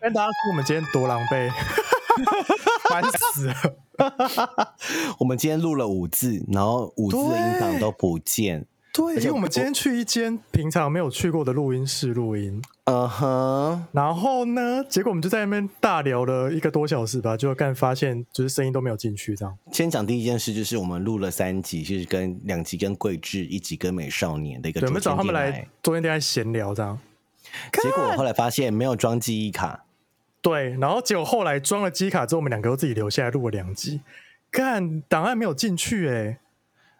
跟大家说，我们今天多狼狈， 烦死了。我们今天录了五字，然后五字的音档都不见。对，而且因为我们我今天去一间平常没有去过的录音室录音，嗯哼，然后呢，结果我们就在那边大聊了一个多小时吧，就干发现就是声音都没有进去，这样先讲第一件事，就是我们录了三集，就是跟两集跟桂智，一集跟美少年的一个对，我周们找间他们电来台。中间电台闲聊这样，结果我后来发现没有装记忆卡，对，然后结果后来装了机卡之后，我们两个都自己留下来录了两集，看档案没有进去哎、欸，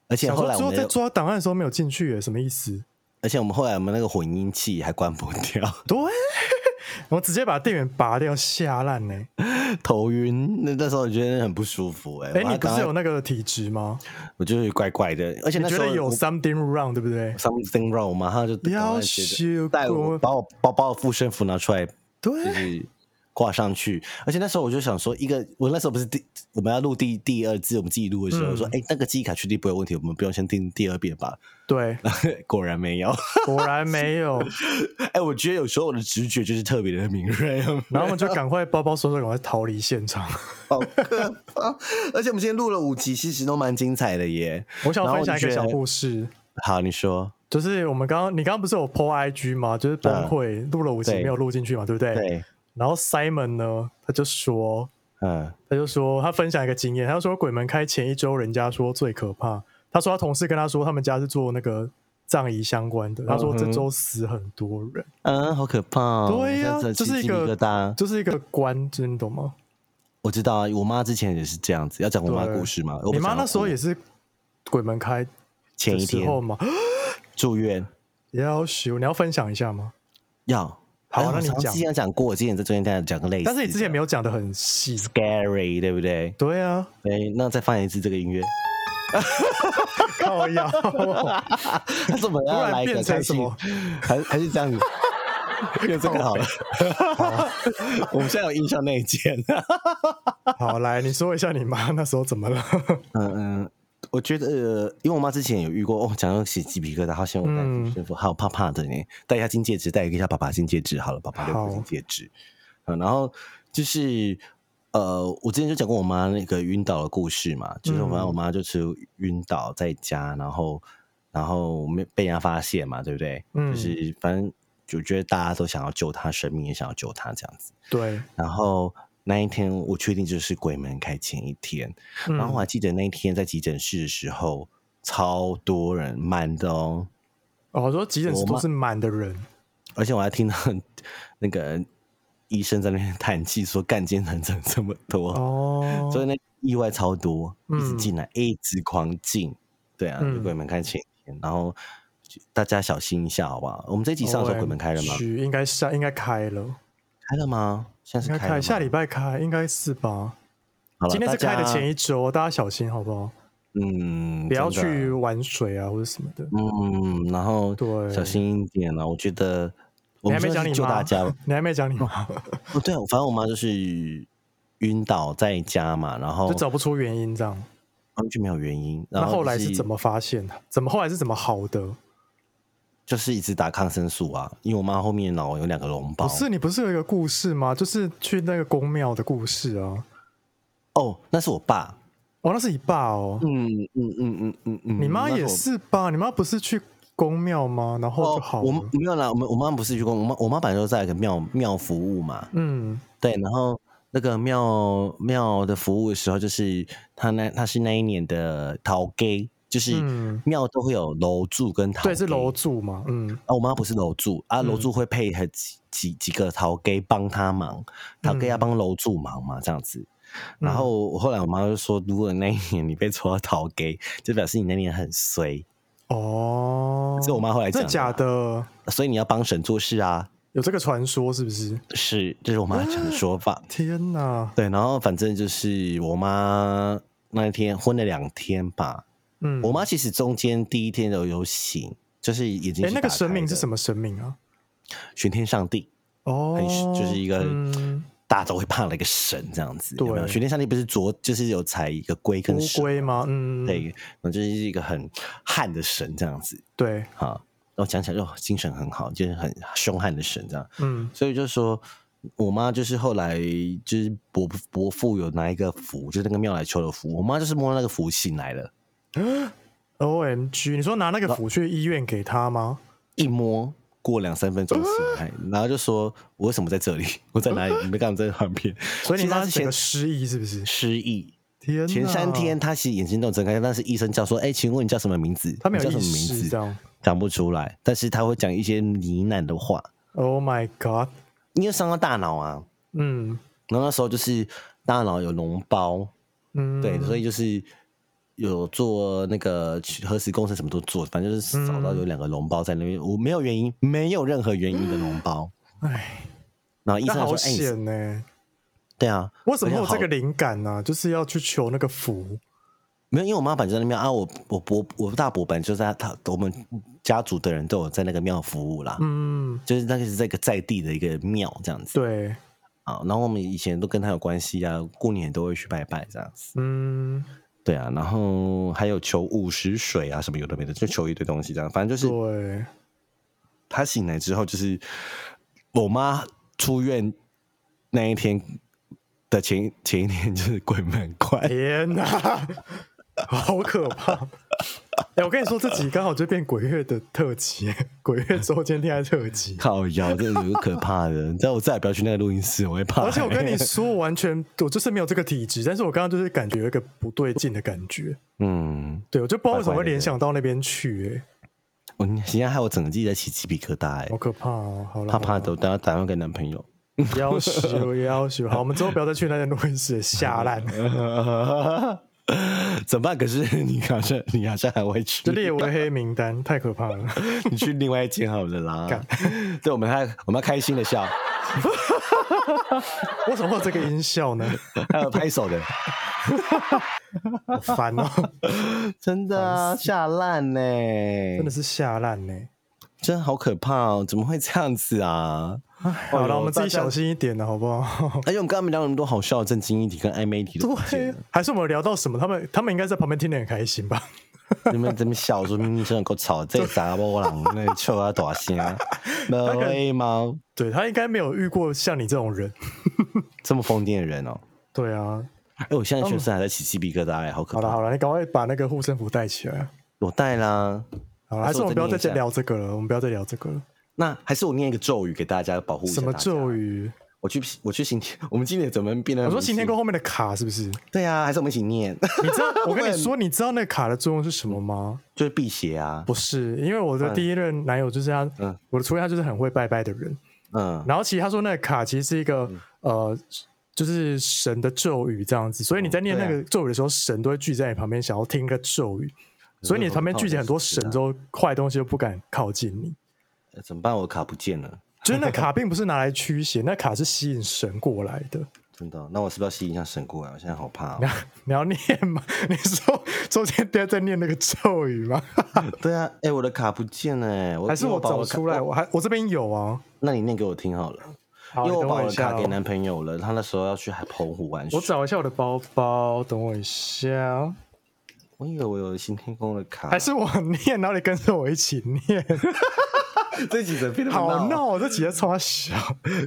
而且想后说来之我后们在的，抓档案的时候没有进去哎、什么意思？而且我们后来我们那个混音器还关不掉。对，我直接把电源拔掉，吓烂欸呢。头晕，那那时候我觉得很不舒服、欸。哎、我还你不赶是快有那个体质吗？我就是怪怪的，而且你那觉时得候有我 something wrong 对不对？ something wrong，我马上就赶要快觉修得带我过把我包包的护身符拿出来，就对，是挂上去。而且那时候我就想说，一个我那时候不是第我们要录第第二次，我们自己录的时嗯候，我说哎、那个记忆卡确定不会有问题，我们不用先听第二遍吧？对，果然没有。 果然没有。哎、我觉得有时候我的直觉就是特别的敏锐， 然后我们就赶快包包收收，赶快逃离现场。好可怕。而且我们今天录了五集，其实都蛮精彩的耶。我想分享一个然后小我就觉得故事，好，你说。就是我们刚刚你刚刚不是有 PO IG 吗？就是崩溃录了五集嗯对没有录进去嘛，对不对？对，然后 Simon 呢，他就说，嗯，他就说他分享一个经验，他说鬼门开前一周，人家说最可怕。他说他同事跟他说，他们家是做那个葬仪相关的，他说这嗯哼周死很多人。嗯，啊好可怕、哦！对呀、我现在就真是的一鸡皮疙个瘩。就是一个关，就是你懂吗？我知道啊，我妈之前也是这样子。要讲我妈对故事吗？我不你妈想要那时候哭也是鬼门开前的一时天候嘛，住院， 要修，你要分享一下吗？要好啊哎那我你上次讲之前讲过，我之前在中间大家讲个类似的，但是你之前没有讲的很细， scary，对不对？对啊，对，那再放一次这个音乐。 靠腰，但是我们突要然来一个变成开什心么，还还是这 样子，用这个好了。啊 我们现在有印象那一件。好，来你说一下你妈那时候怎么了？嗯嗯，我觉得，呃因为我妈之前有遇过，哦，讲到起鸡皮疙瘩，好像我戴嗯护身符，还有怕怕的呢，戴一下金戒指，戴一下爸爸金戒指好了，爸爸留好个金戒指。嗯，然后就是呃，我之前就讲过我妈那个晕倒的故事嘛，就是我妈嗯我妈就是晕倒在家，然后然后没被人家发现嘛，对不对？嗯就是反正就觉得大家都想要救她生命，也想要救她这样子。对，然后那一天我确定就是鬼门开前一天。嗯然后我还记得那一天在急诊室的时候，超多人满的哦，哦，我说急诊室我都妈是满的人，而且我还听到 那个医生在那边 叹气说：“干今天人怎么这么多？”哦，所以那意外超多，一直嗯进来，一直狂进。对啊，嗯就鬼门开前一天，然后大家小心一下，好不好？我们这一集上的时候，鬼门开了吗 OMG？应该下应该开了，开了吗？现在应该是开了吗。开，下礼拜开应该是吧？好了，今天是开的前一，一周，大家小心好不好？嗯，不要真的去玩水啊或者什么的。嗯，然后对小心一点啊了。我觉得我你还们没真的讲你是妈，救大家，你还没讲你 妈，不哦对，啊反正我妈就是晕倒在家嘛，然后就找不出原因这样。完全没有原因。哦然那后后来就是怎？么发现的？怎么后来是怎么好的？就是一直打抗生素啊，因为我妈后面脑有两个脓包。不是你不是有一个故事吗？就是去那个宫庙的故事啊。哦，那是我爸。哦，那是你爸哦，嗯嗯嗯嗯嗯嗯，你妈那也我。是吧？你妈不是去宫庙吗？然后就哦好，了。我没有啦，我们我妈不是去工，我妈我妈本来就在一个庙庙服务嘛，嗯，对，然后那个庙庙的服务的时候，就是他那他是那一年的陶给，就是嗯庙都会有楼柱跟陶，对，是楼主嘛，嗯，啊，我妈不是楼主啊，楼主会配合几几几个陶给帮他忙，陶给嗯要帮楼主忙嘛，这样子。然后我后来我妈就说，如果那一年你被抽到陶给，就表示你那年很衰。哦，这是我妈后来真讲的假的的？啊，所以你要帮神做事啊。有这个传说是不是？是，这是我妈啊的说法。天哪，对，然后反正就是我妈那一天昏了两天吧。嗯，我妈其实中间第一天有有醒，就是眼睛哎，那个神明是么？什么神明啊？玄天上帝，哦很，就是一个嗯大家都会怕的一个神这样子。有没有对玄天上帝不是昨就是有踩一个龟跟乌蛇，龟吗？嗯，对，然后就是一个很悍的神这样子对，啊。然后讲起来就精神很好，就是很凶悍的神这样。嗯所以就说，我妈就是后来就是伯伯父有拿一个符，就是那个妙来求的符，我妈就是摸那个符醒来了， ，O M G，你说拿那个符去医院给他吗？一摸过两三分钟醒 来，然后就说我为什么在这里？我在哪里？你们干嘛在旁边？所以你其实妈她是是整先个失忆是不是？失忆。天哪，前三天她其实眼睛都有睁开，但是医生叫说：“哎、请问你叫什么名字？”她没你有叫意什么名识这字？样。讲不出来，但是她会讲一些呢喃的话， Oh my god，因为伤到大脑啊。嗯然后那时候就是大脑有脓包，嗯，对，所以以就是有做那个去核实工程，什么都做，反正就是找嗯到有两个脓包在那边，我没有原因，没有任何原因的脓包。哎，然后医那生还好说：“哎、你险呢。对啊，为什么会有我想这好个灵感呢？就是要去求那个符。没有，因为我妈本身在那边啊，我我伯我大伯本就在他我们家族的人都有在那个庙服务啦，嗯，就是那个是在一个在地的一个庙这样子对，啊。然后我们以前都跟他有关系啊，过年都会去拜拜这样子。嗯，对啊，然后还有求午时水啊，什么有的没的，就求一堆东西这样。反正就是对，他醒来之后，就是我妈出院那一天的前前一天，就是鬼门关。天哪， 好可怕！哎、我跟你说，这集刚好就变鬼月的特辑，鬼月周间天的特辑。靠腰，这有个可怕的，你知道我再也不要去那个录音室，我会怕、欸而且我跟你说，我完全我就是没有这个体质，但是我刚刚就是感觉有一个不对劲的感觉，嗯，对我就不知道为什么怪怪会的联想到那边去、我现在害我整个自己在起鸡皮疙瘩、哎，欸好，可怕哦！好了，怕怕的，我等下打电话给男朋友。要求要求，好，我们之后不要再去那间录音室下烂， 怎么办？可是你好像你好像还会去就，列为黑名单，太可怕了。你去另外一间好了啦干。 对，我们还我们要开心的笑， 为什么会有这个音效呢？还有拍手的。好烦 哦，真的啊，吓烂呢，真真的是下烂呢、哎真的好可怕哦！怎么会这样子啊？好了，我们自己大家小心一点了，好不好？而且我们刚刚聊了那么多好笑的正经议题跟暧昧议题都不啊见了，还是我们聊到什么？他们他们应该在旁边听得很开心吧？ 你们怎么笑说明明真的够吵，这杂波浪那臭啊哎大声， 那黑猫对他应该没有遇过像你这种人。这么疯癫的人哦！对啊，哎，我现在全身还在起鸡皮疙瘩，哎，好可好了怕！好了，你赶快把那个护身符带起来。啊我带啦，好了，还是我们不要再聊这个了，我们不要再聊这个了。那还是我念一个咒语给大家保护一下。什么咒？语？我去我去刑天， 我们今年怎么变得？我说刑天宫。后面的卡是不 是？你对啊，还是我们一起念， 知道我跟你说，你知道那个卡的作用是什么吗？就是辟邪啊。不是，因为我的第一任男友就是他，嗯我的初恋他就是很会拜拜的人。嗯，然后其实他说那个卡其实是一个、呃，就是神的咒语这样子，所以你在念嗯对那啊个咒语的时候，神都会聚在你旁边，想要听个咒语，所以你旁边聚集很多啊神之后，坏东西就不敢靠近你。呃怎么办？我的卡不见了。就是那卡并不是拿来驱邪，那卡是吸引神过来的。真的哦、那我是不是要吸引一下神过来？我现在好怕、哦你。要 你要念吗？ 你说中间都在念那个咒语 吗？对啊，哎、我的卡不见了哎、我还是因为我我把找的卡出来？？我还我这边有啊。那你念给我听好了，好，因你为我等把我我一的下卡哦、给男朋友了，他那时候要去海澎湖玩水。我找一下我的包包，等我一下。哦我以为我有新天宫的卡，还是我念，然后你跟着我一起念。 这几整变得好闹，这几个超小。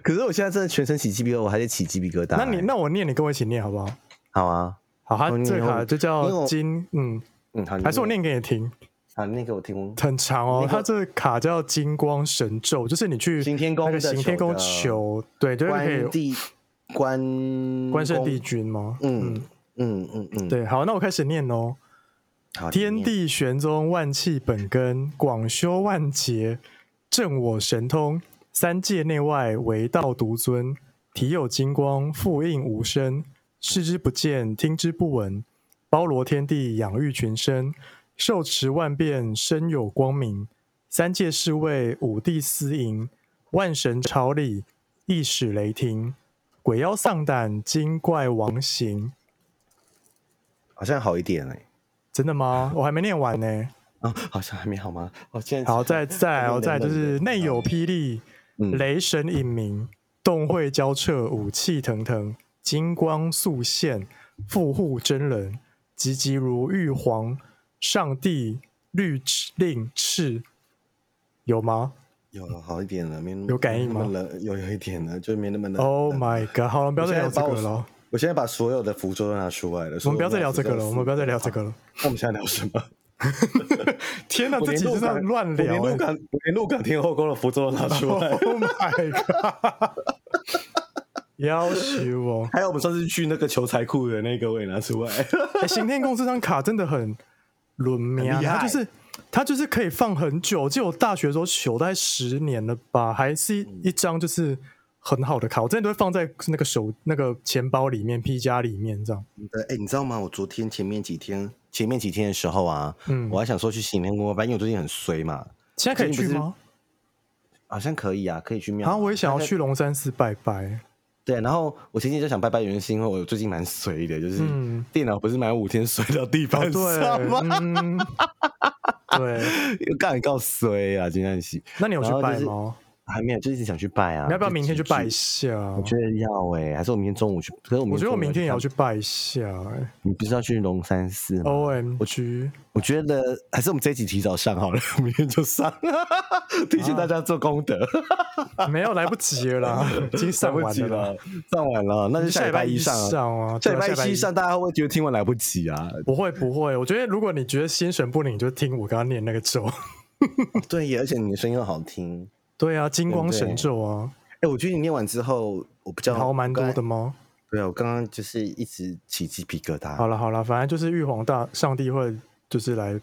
可是我现在真的全身起鸡皮疙瘩，我还在起鸡皮疙瘩、那你哎那我念，你跟我一起念好不好？好啊，好，它哦你这个卡我就因为叫我金，嗯，嗯，好，还是我念给你听，好，你念给我听。很长哦。那个它这个卡叫金光神咒，就是你去行天宫那个的行天宫求求，对，就是可关以帝关关圣帝公，君吗？嗯嗯嗯嗯，对，好，那我开始念哦。好，你天念地玄宗，万气本根，广修万劫，正我神通，三界内外唯道独尊。体有金光，复应无声，视之不见，听之不闻，包罗天地，养育群生，受持万变，身有光明。三界侍卫，五帝司营，万神朝里，一使雷霆，鬼妖丧胆，精怪王行。好像好一点哎、真的吗？我还没念完呢、啊，好像还没好吗？哦，现在好，再再 来哦，再来就是内有霹雳，嗯雷神隐鸣，洞会交彻，武气腾腾，金光速现，复护真人，急急如玉皇，上帝律令敕，有吗有了好一点了，没那么有感应吗没那么冷，有有一点了，就没那么冷。 ？Oh my god！好了，不要再聊这个了，我现在把所有的符咒都拿出来了，我们不要再聊这个了，我们不要再聊这个。个了。那我们现在聊什 么？天哪，我这连几鹿真的港乱聊、我欸、连鹿港，我连鹿港天后宫的符咒都拿出 来。 ！Oh my god！要求哦。还有我们上次去那个求财库的那个，我也拿出来。欸、行天宫这张卡真的很轮名啊，很厉害它就是它就是可以放很久。我记得我大学的时候求大概十年了吧，还是嗯一一张就是很好的卡，我真的都会放在那个手那个钱包里面、皮夹里面这样。对，哎、你知道吗？我昨天前面几天，前面几天的时候啊，嗯我还想说去行天宫，反正我最近很衰嘛，现在可以去吗？好像可以啊，可以去庙。然后我也想要去龙山寺拜拜。对，然后我前天就想拜拜，原因是因为我最近蛮衰的，就是嗯电脑不是买五天摔到地哦，板对上吗？， 嗯，对。干告衰啊，今天是那你有去然后拜就是吗？还没有，就一直想去拜啊。你要不要明天去拜一就？下？啊我觉得要哎、还是我明天中午去？可是我我觉得我明天也要中午去拜一下、欸。去，你不是要去龙山寺吗？ O M G！我觉得还是我们这一集提早上好了， 明天就上，提啊醒大家做功德。没有来不及了 啦，已经上来不完及了啦。了，上晚了，那就下礼拜一上啊。上啊，下对礼啊拜一。下上，大家会不会觉得听完来不及啊？不会不会，我觉得如果你觉得心神不宁，你就听我刚刚念那个咒。 对耶，而且你的声音又好听。对啊，金光神咒啊，哎，我觉得你念完之后，我比较好蛮多我的刚才吗？对啊，我刚刚就是一直起鸡皮疙瘩。好了好了，反正就是玉皇大上帝会就是来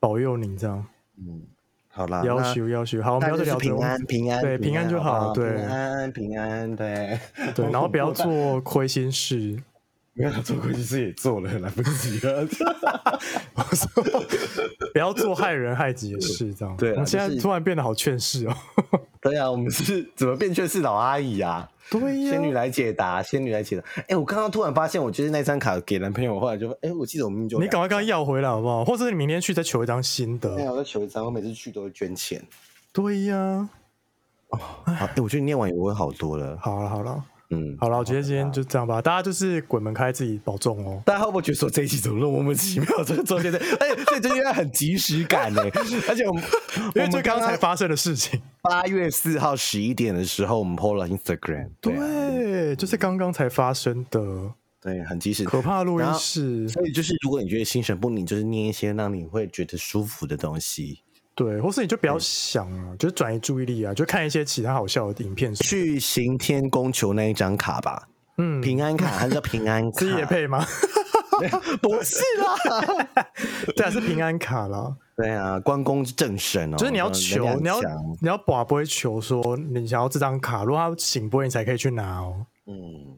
保佑你这样，嗯，好啦，要那求要求。好，我们大不要家再就聊这是平个问安题。平安，对平安就好不好好，对平安平 安，对对，然后不 要做亏心事。没有做过，其实也做了，来不及 了。我说不要做害人害己的事，这样。对啊我们现就在是突然变得好劝世哦。对啊，我们是怎么变却是老阿姨啊？对仙女呀，来解答，仙女来解答。哎、我刚刚突然发现，我就是那张卡给男朋友，我后来就发哎、我记得我明明就你赶快跟他要回来好不好？或者是你明天去再求一张新没的。哎有，我在求一张，我每次去都会 捐钱。对呀，哎、诶我觉得念完也会好多了。好了好了。嗯，好了，我觉得今天就这样吧，大家就是鬼门开，自己保重哦。大家会不会觉得说这一期怎么那么莫名其妙？这个周现在，而且这周现在很及时感 呢、而且我们因我为们这刚刚刚才发生的事情，八月四号十一点的时候，我们 PO 了 Instagram，对啊、对，就是刚刚才发生的对，很及时，可怕录音然后室，所以就是，如果你觉得心神不宁，就是念一些让你会觉得舒服的东西。对，或是你就不要想啊，就是转移注意力啊，就看一些其他好笑的影 片，去行天宫求那一张卡吧，嗯，平安卡，它叫平安卡。 是也配 吗？不是啦。 对啊，是平安卡啦，对啊，关公是正神哦，就是你要求，能你要量强你要把不会求说你想要这张卡，如果他醒波你才可以去拿哦。嗯。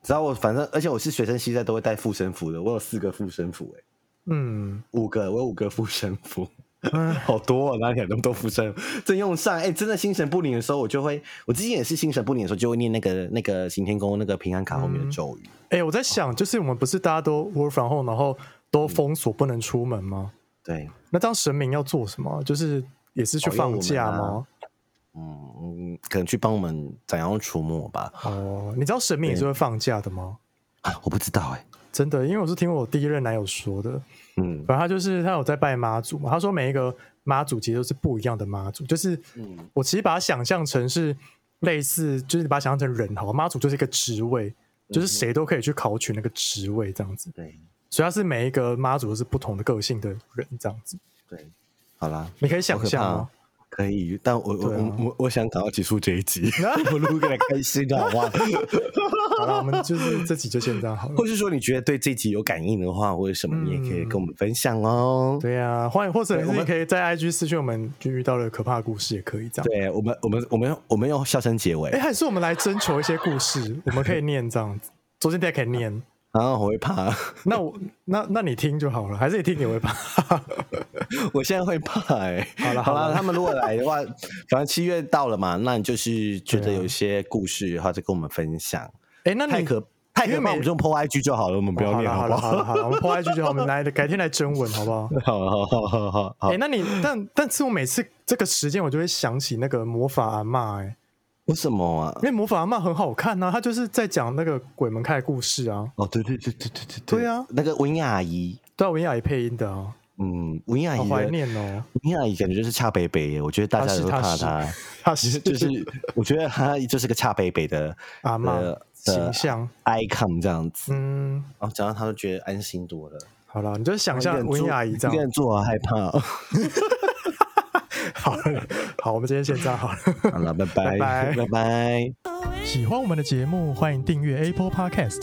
只要我反正，而且我是学生现在都会带附身符的，我有四个附身符、欸，嗯，五个，我有五个附身 符，好多、哦，哪里有那么多附身符？真用上，哎、真的心神不宁的时候，我就会，我之前也是心神不宁的时候，就会念那个那个行天宫那个平安卡后面的咒语，哎，我在想，就是我们不是大家都 work from home，然后都封锁不能出门吗？对，那当神明要做什么？就是也是去放假吗？嗯，可能去帮我们斩妖除魔吧。哦，你知道神明也是会放假的吗？啊，我不知道哎、真的，因为我是听我第一任男友说的，嗯反正他就是他有在拜妈祖嘛，他说每一个妈祖其实都是不一样的妈祖，就是嗯我其实把它想象成是类似，就是你把它想象成人好了，妈祖就是一个职位，就是谁都可以去考取那个职位这样子，对所以他是每一个妈祖都是不同的个性的人这样子，对，好啦，你可以想象好可怕吗哦？可以，但我我对啊我我我想赶快结束这 一集，我录给你开心的好不好？好了，我们就是这集就先这样好了。或是说你觉得对这一集有感应的话，或者什么，你也可以跟我们分享哦。 嗯对呀、欢迎，或者对我你们可以在 IG 私讯我们，就遇到了可怕的故事也可以这样。对我们，我们，我们用，我们用笑声结尾啊哎、，还是我们来征求一些故 事，我们可以念这样子。昨天大家可以 念，然后我会怕， 那我那那你听就好了，还是你听也会怕？我现在会怕哎、好了好好了，了他们如果 来的话，反正七月到了嘛，那你就是觉得对啊有一些故事的话，就跟我们分享。哎，那太你可太因可为怕，每哦我们就用 PO IG 就好了，我们不要好念了好不了好了 好了，我们破 IG 就好，我们来改天来征文好不 好？好？好好好好好哎，，那你但但是我每次这个时间我就会想起那个魔法阿嬷，哎， 为什么啊因？为魔法阿嬷很好看啊呐，她就是在讲那个鬼门开的故事啊，哦，对对对对对对对啊那个文雅阿姨，对啊，文雅也配音的啊，嗯，文雅阿好姨怀的念 哦，文雅阿姨感觉就是恰北北耶，我觉得大家她是都她怕是她，她其实是就是 我觉得她就是个恰北北的 阿嬷的形的象， icon 这样子，嗯，然后讲到她就觉得安心多了。好了，你就想一个象人文做雅仪这一个样人，做好害怕 哦。好了，好，我们今天先这样好了。好了，拜拜拜拜拜拜。喜欢我们的节目，欢迎订阅 Apple Podcast，